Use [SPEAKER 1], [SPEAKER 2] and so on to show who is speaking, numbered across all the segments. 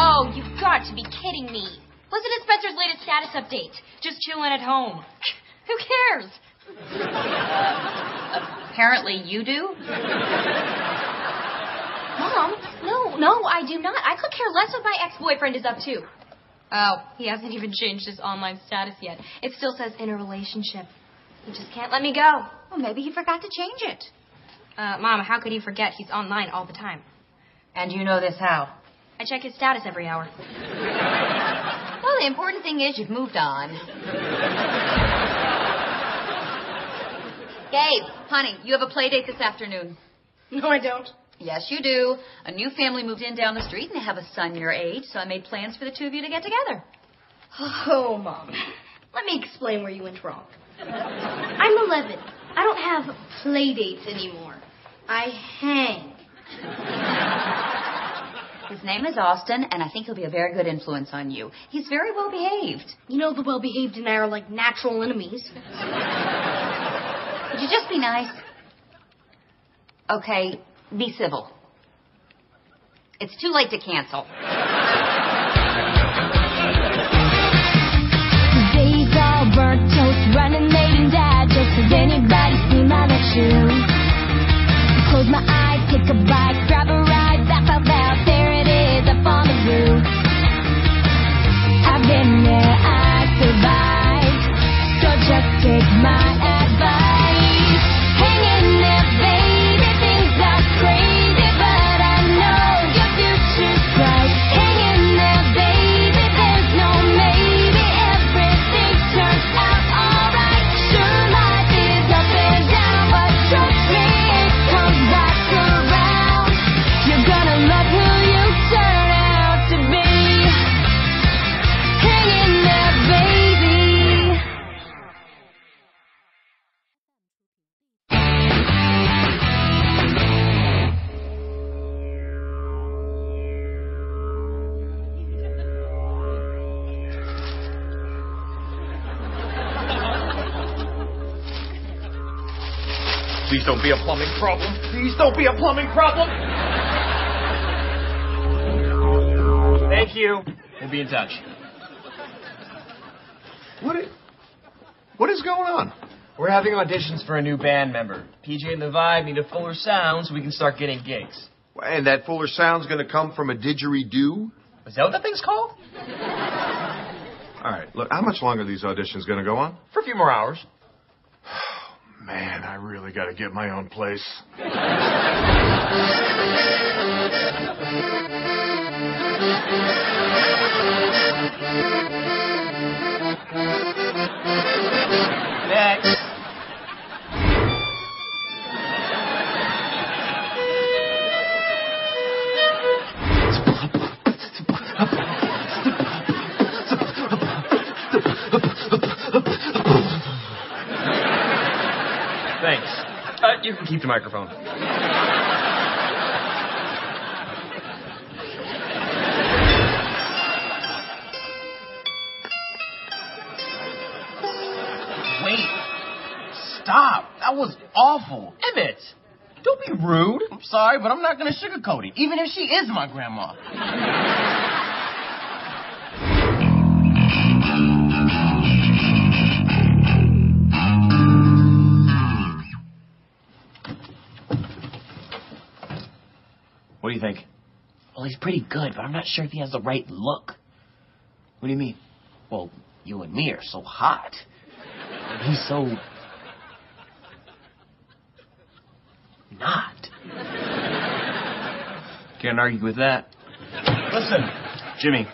[SPEAKER 1] Oh, kidding me. Listen to Spencer's latest status update. Just chilling at home. Who cares?
[SPEAKER 2] Apparently you do.
[SPEAKER 1] Mom, no, no, I do not. I could care less what my ex-boyfriend is up to. Oh, he hasn't even changed his online status yet. It still says in a relationship. He just can't let me go.
[SPEAKER 2] Well, maybe he forgot to change it.
[SPEAKER 1] Uh, Mom, how could he forget? He's online all the time.
[SPEAKER 2] And you know this how?
[SPEAKER 1] I check his status every hour.
[SPEAKER 2] Well, the important thing is you've moved on. Gabe, honey, you have a play date this afternoon.
[SPEAKER 3] No, I don't.
[SPEAKER 2] Yes, you do. A new family moved in down the street and they have a son your age, so I made plans for the two of you to get together.
[SPEAKER 3] Oh, Mom. Let me explain where you went wrong. I'm 11. I don't have play dates anymore. I hang.
[SPEAKER 2] His name is Austin, and I think he'll be a very good influence on you. He's very well behaved.
[SPEAKER 3] You know, the well behaved and I are like natural enemies.
[SPEAKER 2] Would you just be nice? Okay, be civil. It's too late to cancel.
[SPEAKER 4] Days all burnt toast, running late and dead. Just has anybody seen my left shoe? Close my eyes, take a bite, grab a ride, laugh out loud. There it is, up on the roof. I've been there, I survived. So just take my advice. Hang in there, baby. Things are crazy, but I know your future's bright. Hang in there, baby. There's no maybe. Everything turns out alright. Sure, life is up and down, but trust me, it comes back around. You're gonna love who you turn out to be. Hang in there, baby.
[SPEAKER 5] Please don't be a plumbing problem. Please don't be a plumbing problem. Thank you. We'll be in touch.
[SPEAKER 6] What is, what is going on?
[SPEAKER 5] We're having auditions for a new band member. PJ and the Vibe need a fuller sound so we can start getting gigs.
[SPEAKER 6] And that fuller sound's going to come from a didgeridoo?
[SPEAKER 5] Is that what that thing's called?
[SPEAKER 6] All right, look, how much longer are these auditions going to go on?
[SPEAKER 5] For a few more hours.
[SPEAKER 6] Man, I really got to get my own place.
[SPEAKER 5] Next. Thanks. Uh, you can keep the microphone. Wait. Stop. That was awful. Emmett, don't be rude. I'm sorry, but I'm not going to sugarcoat it, even if she is my grandma. What do you think?
[SPEAKER 7] Well, he's pretty good, but I'm not sure if he has the right look.
[SPEAKER 5] What do you mean?
[SPEAKER 7] Well, you and me are so hot. And he's so. not.
[SPEAKER 5] Can't argue with that. Listen, Jimmy,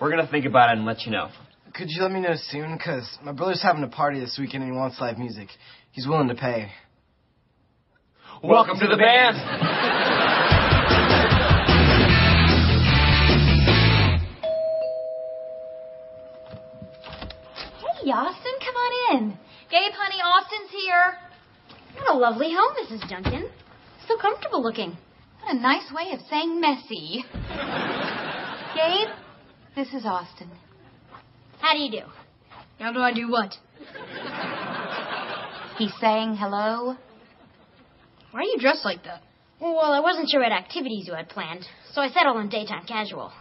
[SPEAKER 5] we're going to think about it and let you know.
[SPEAKER 8] Could you let me know soon? Because my brother's having a party this weekend and he wants live music. He's willing to pay.
[SPEAKER 5] Welcome, to, the band.
[SPEAKER 1] Hey, Austin, come on in. Gabe, honey, Austin's here.
[SPEAKER 3] What a lovely home this is, Duncan. So comfortable looking.
[SPEAKER 2] What a nice way of saying messy.
[SPEAKER 1] Gabe, this is Austin.
[SPEAKER 3] How do you do? How do I do what?
[SPEAKER 2] He's saying hello.
[SPEAKER 3] Why are you dressed like that? Well, I wasn't sure what activities you had planned, so I settled on daytime casual.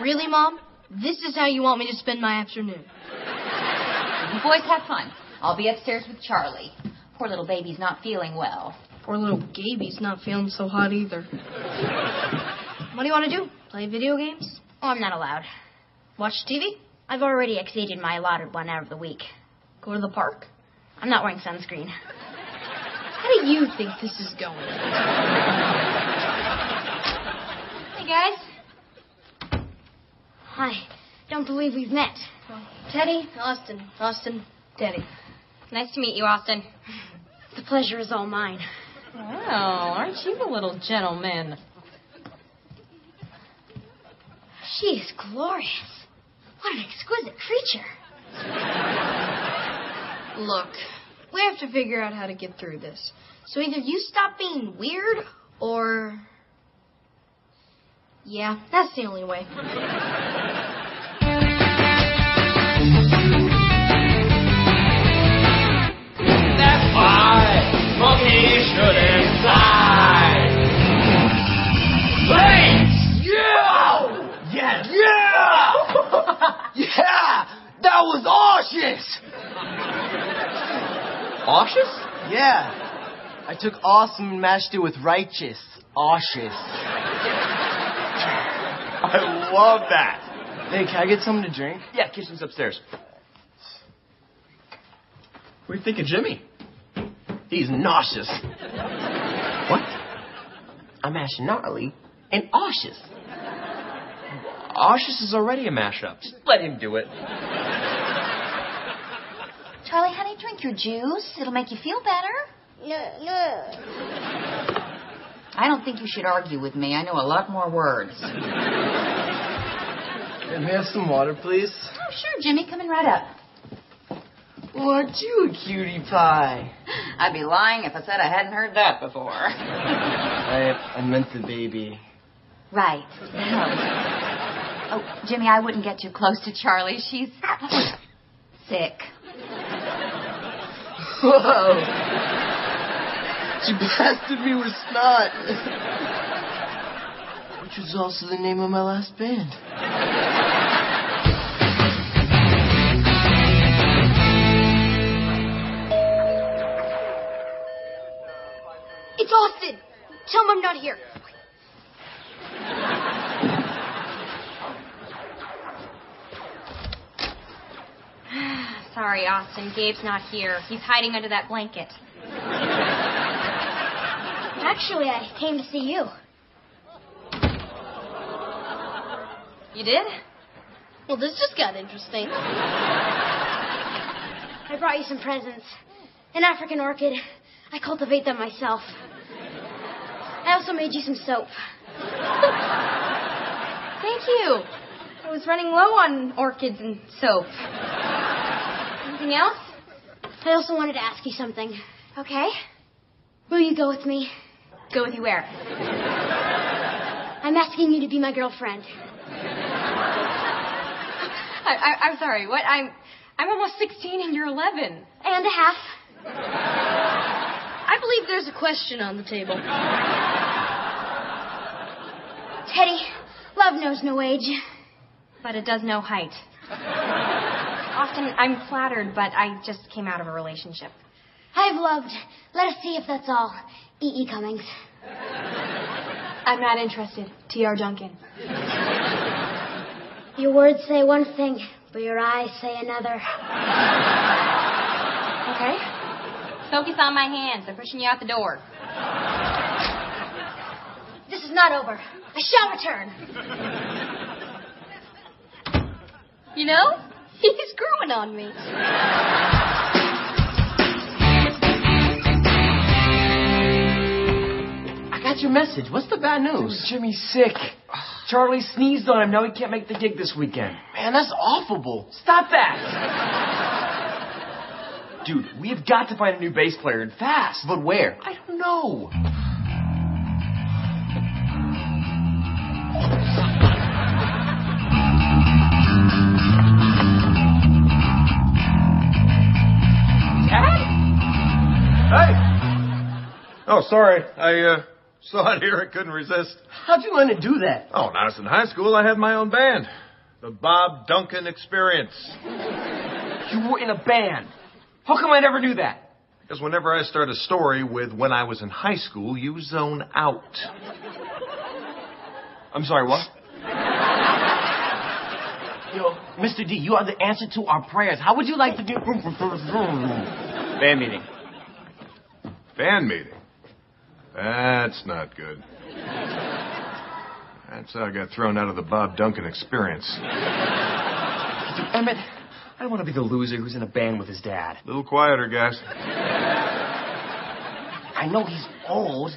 [SPEAKER 3] Really, Mom? This is how you want me to spend my afternoon.
[SPEAKER 2] You boys have fun. I'll be upstairs with Charlie. Poor little baby's not feeling well.
[SPEAKER 3] Poor little Gaby's not feeling so hot either. What do you want to do? Play video games?
[SPEAKER 9] Oh, I'm not allowed.
[SPEAKER 3] Watch TV?
[SPEAKER 9] I've already exceeded my allotted one hour of the week.
[SPEAKER 3] Go to the park?
[SPEAKER 9] I'm not wearing sunscreen.
[SPEAKER 3] How do you think this is going?
[SPEAKER 9] Hey, guys. I don't believe we've met.
[SPEAKER 3] Teddy, Austin, Austin, Teddy.
[SPEAKER 4] Nice to meet you, Austin.
[SPEAKER 9] The pleasure is all mine.
[SPEAKER 4] Wow, aren't you a little gentleman?
[SPEAKER 9] She is glorious. What an exquisite creature.
[SPEAKER 3] Look, we have to figure out how to get through this. So either you stop being weird, or. Yeah, that's the only way.
[SPEAKER 10] That's why monkeys shouldn't fly. Thanks! Yeah!
[SPEAKER 5] Yes!
[SPEAKER 10] Yeah!
[SPEAKER 5] yeah! That was Auschwitz!
[SPEAKER 8] Auschwitz? Yeah. I took awesome and matched it with righteous. Auschwitz.
[SPEAKER 5] I love that.
[SPEAKER 8] Hey, can I get something to drink?
[SPEAKER 5] Yeah, kitchen's upstairs.
[SPEAKER 11] What do you think of Jimmy? He's nauseous.
[SPEAKER 5] What? I'm Ash Gnarly and Auschwitz. Auschwitz is already a mashup. Just let him do it.
[SPEAKER 2] Charlie, honey, drink your juice. It'll make you feel better.
[SPEAKER 9] No, no.
[SPEAKER 2] I don't think you should argue with me. I know a lot more words. oh,
[SPEAKER 8] Can we have some water, please?
[SPEAKER 2] Oh, sure, Jimmy, coming right up.
[SPEAKER 8] Aren't you a cutie pie?
[SPEAKER 2] I'd be lying if I said I hadn't heard that before.
[SPEAKER 8] I, I meant the baby.
[SPEAKER 2] Right. Oh, Jimmy, I wouldn't get too close to Charlie. She's sick.
[SPEAKER 8] Whoa! She blasted me with snot. Which was also the name of my last band.
[SPEAKER 3] It's Austin! Tell him I'm not here.
[SPEAKER 4] Sorry, Austin. Gabe's not here. He's hiding under that blanket.
[SPEAKER 9] Actually, I came to see you.
[SPEAKER 4] You did?
[SPEAKER 3] Well, this just got interesting.
[SPEAKER 9] I brought you some presents. An African orchid. I cultivate them myself. I also made you some soap.
[SPEAKER 4] Thank you. I was running low on orchids and soap. Anything else?
[SPEAKER 9] I also wanted to ask you something. Okay? Will you go with me?
[SPEAKER 4] Go with you where?
[SPEAKER 9] I'm asking you to be my girlfriend.
[SPEAKER 4] I, I, I'm sorry. What? I'm I'm almost 16 and you're 11.
[SPEAKER 9] And a half.
[SPEAKER 3] I believe there's a question on the table.
[SPEAKER 9] Teddy, love knows no age.
[SPEAKER 4] But it does no height. Often I'm flattered, but I just came out of a relationship.
[SPEAKER 9] I've loved. Let us see if that's all. E.E. E. Cummings.
[SPEAKER 4] I'm not interested. T.R. Duncan.
[SPEAKER 9] Your words say one thing, but your eyes say another.
[SPEAKER 4] Okay? Focus on my hands. I'm pushing you out the door.
[SPEAKER 9] This is not over. I shall return.
[SPEAKER 4] You know?
[SPEAKER 3] He's growing on me.
[SPEAKER 5] I got your message. What's the bad news?
[SPEAKER 8] Jimmy's sick. Charlie sneezed on him. Now he can't make the gig this weekend.
[SPEAKER 5] Man, that's awful.
[SPEAKER 8] Stop that!
[SPEAKER 5] Dude, we have got to find a new bass player and fast. But where? I don't know.
[SPEAKER 6] Hey! Oh, sorry. I, uh, Saw it here. I couldn't resist.
[SPEAKER 8] How'd you learn to do that?
[SPEAKER 6] Oh, when I was in high school, I had my own band. The Bob Duncan Experience.
[SPEAKER 8] You were in a band. How come I never knew that?
[SPEAKER 6] Because whenever I start a story with when I was in high school, you zone out. I'm sorry, what?
[SPEAKER 5] Yo, Mr. D, you are the answer to our prayers. How would you like to do fan meeting?
[SPEAKER 6] Fan meeting. That's not good. That's how I got thrown out of the Bob Duncan experience.
[SPEAKER 8] Emmett, I don't want to be the loser who's in a band with his dad.
[SPEAKER 6] A little quieter, guys.
[SPEAKER 5] I know he's old,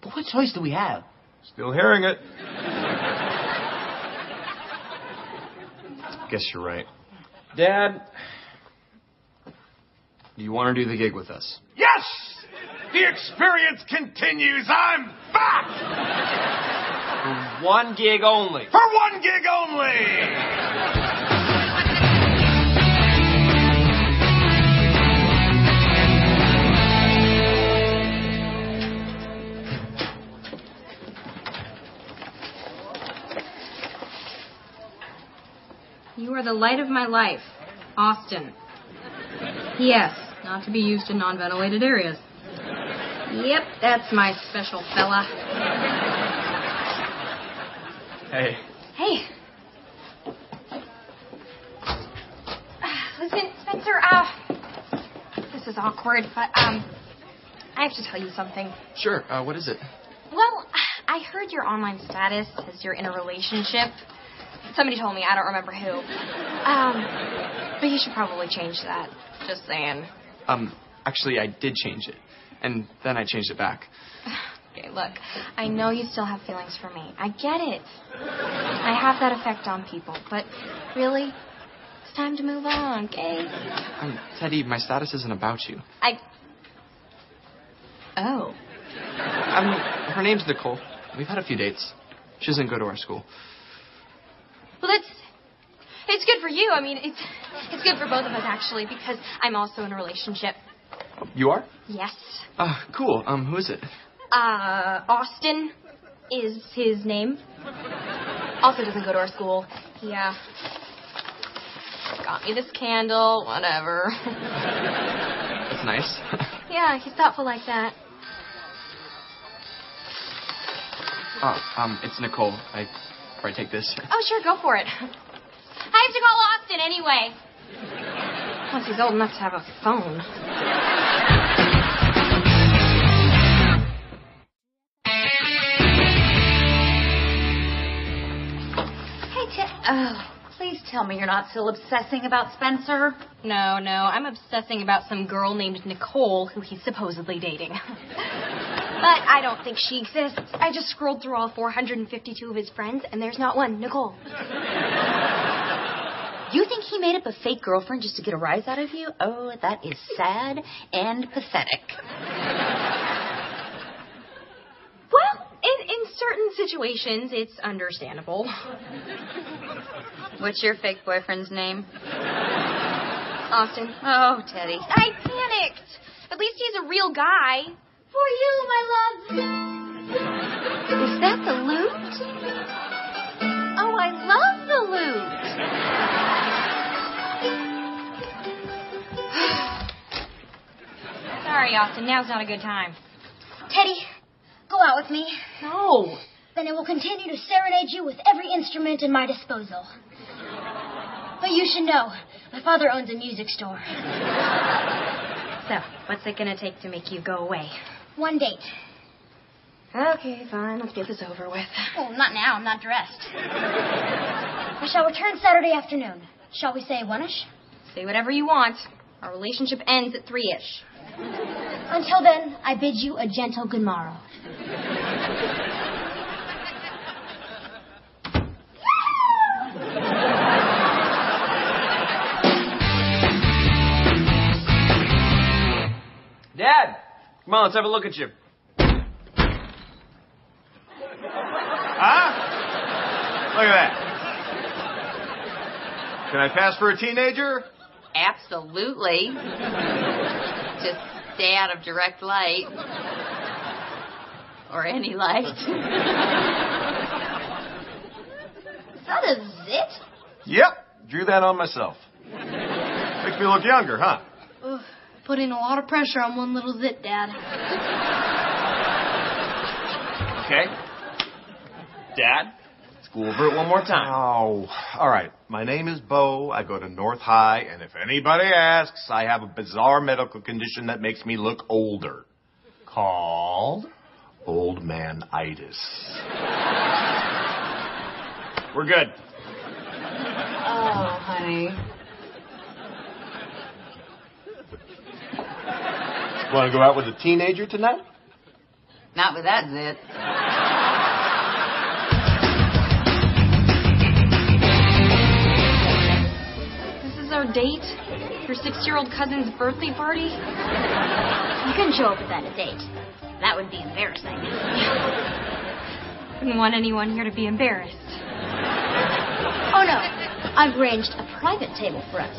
[SPEAKER 5] but what choice do we have?
[SPEAKER 6] Still hearing it.
[SPEAKER 12] Guess you're right. Dad, do you want to do the gig with us?
[SPEAKER 13] Yes! The experience continues. I'm back!
[SPEAKER 12] For one gig only.
[SPEAKER 13] For one gig only!
[SPEAKER 4] You are the light of my life, Austin. Yes, not to be used in non ventilated areas. Yep, that's my special fella.
[SPEAKER 12] Hey,
[SPEAKER 4] Hey. Ah, Listen, Spencer, uh, this is awkward, but, um, I have to tell you something.
[SPEAKER 12] sure. Uh, what is it?
[SPEAKER 4] Well, I heard your online status says you're in a relationship. Somebody told me, I don't remember who. Um, but you should probably change that. Just saying.
[SPEAKER 12] Um, actually, I did change it, and then I changed it back.
[SPEAKER 4] Okay, look, I know you still have feelings for me. I get it. I have that effect on people, but really, it's time to move on, okay?
[SPEAKER 12] Um, Teddy, my status isn't about you.
[SPEAKER 4] I. Oh.
[SPEAKER 12] I mean, Um, her name's Nicole. We've had a few dates. She doesn't go to our school.
[SPEAKER 4] Well, that's. It's good for you. I mean, it's it's good for both of us actually because I'm also in a relationship.
[SPEAKER 12] You are?
[SPEAKER 4] Yes.
[SPEAKER 12] Uh, cool. Um, who is it?
[SPEAKER 4] Uh, Austin is his name. Also doesn't go to our school. Yeah. Got me this candle, whatever.
[SPEAKER 12] That's nice.
[SPEAKER 4] yeah, he's thoughtful like that.
[SPEAKER 12] Oh, um, it's Nicole. I probably take this.
[SPEAKER 4] Oh, sure, go for it. I have to call Austin anyway. Once he's old enough to have a phone.
[SPEAKER 2] Hey, Ted. Oh, please tell me you're not still obsessing about Spencer.
[SPEAKER 4] No, no, I'm obsessing about some girl named Nicole who he's supposedly dating. But I don't think she exists. I just scrolled through all 452 of his friends, and there's not one, Nicole.
[SPEAKER 2] You think he made up a fake girlfriend just to get a rise out of you? Oh, that is sad and pathetic.
[SPEAKER 4] Well, in, in certain situations, it's understandable.
[SPEAKER 2] What's your fake boyfriend's name?
[SPEAKER 4] Austin.
[SPEAKER 2] Oh, Teddy.
[SPEAKER 4] I panicked. At least he's a real guy. For you, my love.
[SPEAKER 2] Is that the lute?
[SPEAKER 4] Oh, I love the lute. Sorry, Austin. Now's not a good time.
[SPEAKER 9] Teddy, go out with me.
[SPEAKER 4] No.
[SPEAKER 9] Then I will continue to serenade you with every instrument in my disposal. But you should know, my father owns a music store.
[SPEAKER 4] So, what's it gonna take to make you go away?
[SPEAKER 9] One date.
[SPEAKER 4] Okay, fine. Let's get this over with.
[SPEAKER 9] Well, not now. I'm not dressed. I shall return Saturday afternoon. Shall we say one-ish?
[SPEAKER 4] Say whatever you want. Our relationship ends at three ish.
[SPEAKER 9] Until then, I bid you a gentle good morrow.
[SPEAKER 5] Dad, come on, let's have a look at you.
[SPEAKER 6] Huh? Look at that. Can I pass for a teenager?
[SPEAKER 2] Absolutely. Just stay out of direct light. Or any light.
[SPEAKER 9] Is that a zit?
[SPEAKER 6] Yep, drew that on myself. Makes me look younger, huh?
[SPEAKER 9] Ugh, putting a lot of pressure on one little zit, Dad.
[SPEAKER 5] Okay. Dad, let's go over it one more time.
[SPEAKER 6] Oh, all right. My name is Bo. I go to North High, and if anybody asks, I have a bizarre medical condition that makes me look older. Called old man itis. We're good.
[SPEAKER 2] Oh, honey.
[SPEAKER 6] Want to go out with a teenager tonight?
[SPEAKER 2] Not with that zit.
[SPEAKER 4] This is our date? Your six year old cousin's birthday party? You couldn't show up without a date.
[SPEAKER 9] That would be embarrassing.
[SPEAKER 4] Wouldn't want anyone here to be embarrassed.
[SPEAKER 9] Oh no, I've arranged a private table for us.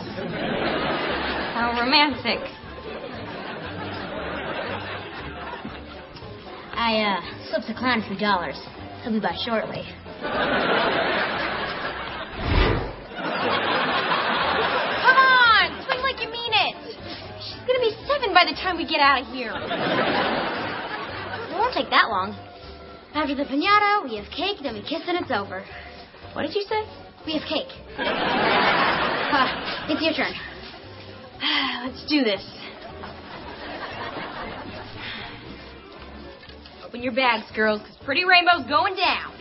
[SPEAKER 4] How romantic.
[SPEAKER 9] I uh, slipped the clown a few dollars. He'll be by shortly.
[SPEAKER 4] Come on! Swing like you mean it! She's gonna be seven by the time we get out of here.
[SPEAKER 9] It won't take that long. After the pinata, we have cake, then we kiss, and it's over.
[SPEAKER 2] What did you say?
[SPEAKER 9] We have cake. Ah, it's your turn.
[SPEAKER 4] Let's do this. Open your bags, girls, 'cause Pretty Rainbow's going down.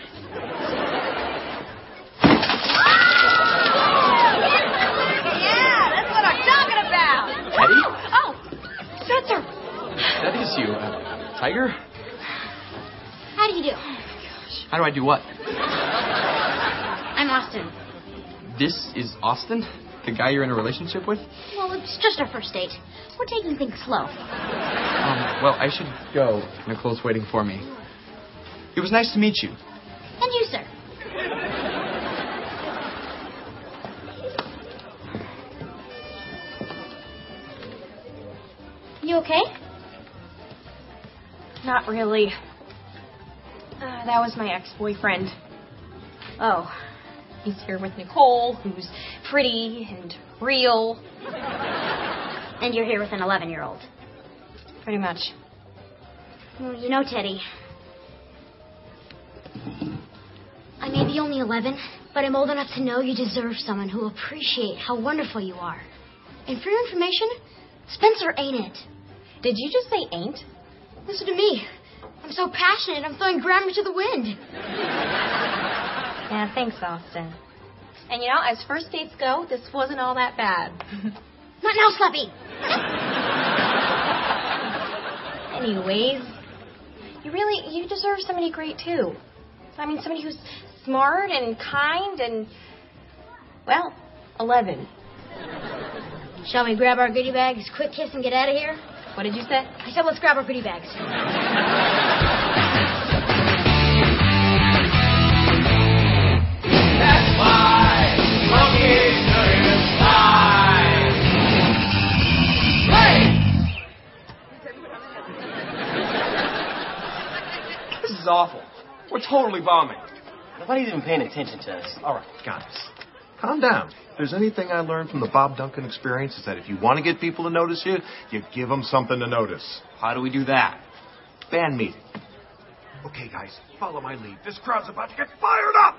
[SPEAKER 4] Ah!
[SPEAKER 10] Yeah,
[SPEAKER 4] that's what I'm talking about.
[SPEAKER 12] Eddie?
[SPEAKER 4] Oh, Spencer.
[SPEAKER 12] That is you. Uh, tiger?
[SPEAKER 9] How do you do?
[SPEAKER 12] How do I do what?
[SPEAKER 9] I'm Austin.
[SPEAKER 12] This is Austin? The guy you're in a relationship with?
[SPEAKER 9] Well, it's just our first date. We're taking things slow.
[SPEAKER 12] Um, well, I should go. Nicole's waiting for me. It was nice to meet you.
[SPEAKER 9] And you, sir. You okay?
[SPEAKER 4] Not really. Uh, that was my ex boyfriend. Oh, he's here with Nicole, who's pretty and real.
[SPEAKER 9] And you're here with an 11 year old.
[SPEAKER 4] Pretty much.
[SPEAKER 9] Well, you know, Teddy. I may be only 11, but I'm old enough to know you deserve someone who will appreciate how wonderful you are. And for your information, Spencer ain't it.
[SPEAKER 4] Did you just say ain't?
[SPEAKER 9] Listen to me. I'm so passionate, I'm throwing grammar to the wind.
[SPEAKER 4] Yeah, thanks, Austin. And you know, as first dates go, this wasn't all that bad.
[SPEAKER 9] Not now, Slappy!
[SPEAKER 4] Anyways, you really you deserve somebody great too. I mean, somebody who's smart and kind and well, eleven.
[SPEAKER 9] Shall we grab our goodie bags, quick kiss, and get out of here?
[SPEAKER 4] What did you say?
[SPEAKER 9] I said, let's grab our goodie bags.
[SPEAKER 10] That's why monkey shirt is fine. Hey!
[SPEAKER 5] This is awful. We're totally bombing. Nobody's even paying attention to us. All right,
[SPEAKER 6] guys. Calm down. If there's anything I learned from the Bob Duncan experience is that if you want to get people to notice you, you give them something to notice.
[SPEAKER 5] How do we do that?
[SPEAKER 6] Band meeting. Okay, guys, follow my lead. This crowd's about to get fired up.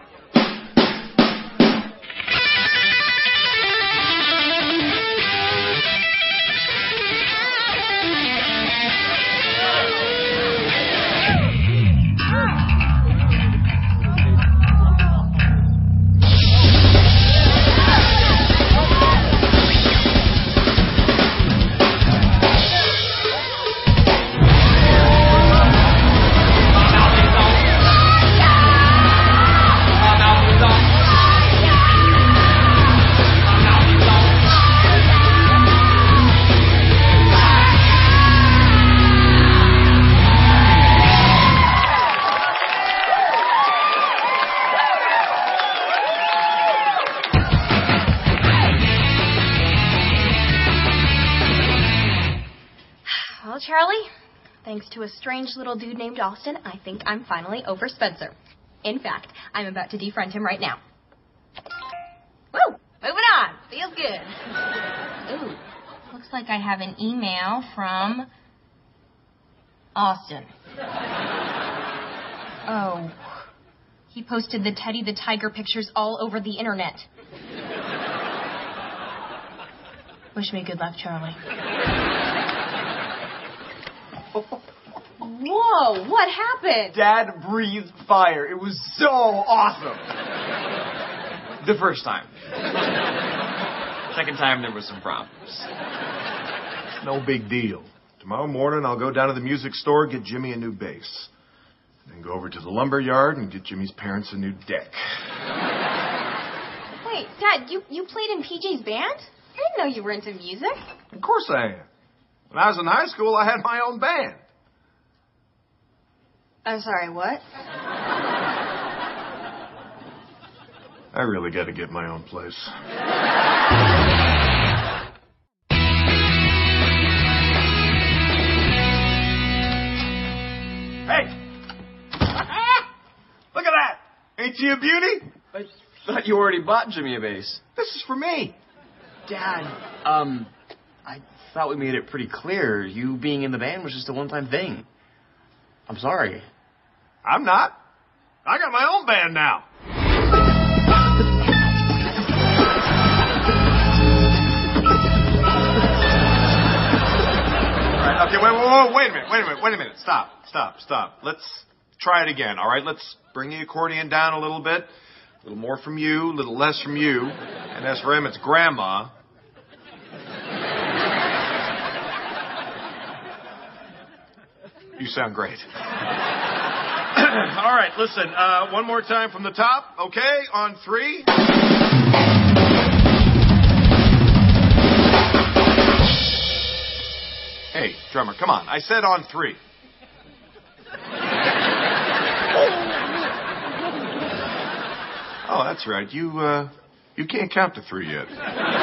[SPEAKER 4] Well, Charlie, Thanks to a strange little dude named Austin, I think I'm finally over Spencer. In fact, I'm about to defriend him right now. Woo! Moving on. Feels good. Ooh. Looks like I have an email from Austin. Oh. He posted the Teddy the Tiger pictures all over the internet. Wish me good luck, Charlie. Whoa, what happened?
[SPEAKER 14] Dad breathed fire. It was so awesome. The first time. Second time, there was some problems.
[SPEAKER 6] No big deal. Tomorrow morning, I'll go down to the music store, get Jimmy a new bass. Then go over to the lumber yard and get Jimmy's parents a new deck.
[SPEAKER 4] Wait, Dad, you, you played in PJ's band? I didn't know you were into music.
[SPEAKER 6] Of course I am. When I was in high school, I had my own band.
[SPEAKER 4] I'm sorry, what?
[SPEAKER 6] I really got to get my own place.
[SPEAKER 13] Hey! Look at that! Ain't she a beauty?
[SPEAKER 12] I thought you already bought Jimmy a bass.
[SPEAKER 6] This is for me.
[SPEAKER 14] Dad, um, I thought we made it pretty clear you being in the band was just a one time thing. I'm sorry.
[SPEAKER 6] I'm not. I got my own band now. All right, okay, wait, wait, wait, wait a minute, wait a minute, wait a minute. Stop, stop, stop. Let's try it again, all right? Let's bring the accordion down a little bit. A little more from you, a little less from you. And as for him, it's grandma. You sound great. All right, listen. Uh, one more time from the top, okay? On three. Hey, drummer, come on. I said on three. Oh, that's right. You uh, you can't count to three yet.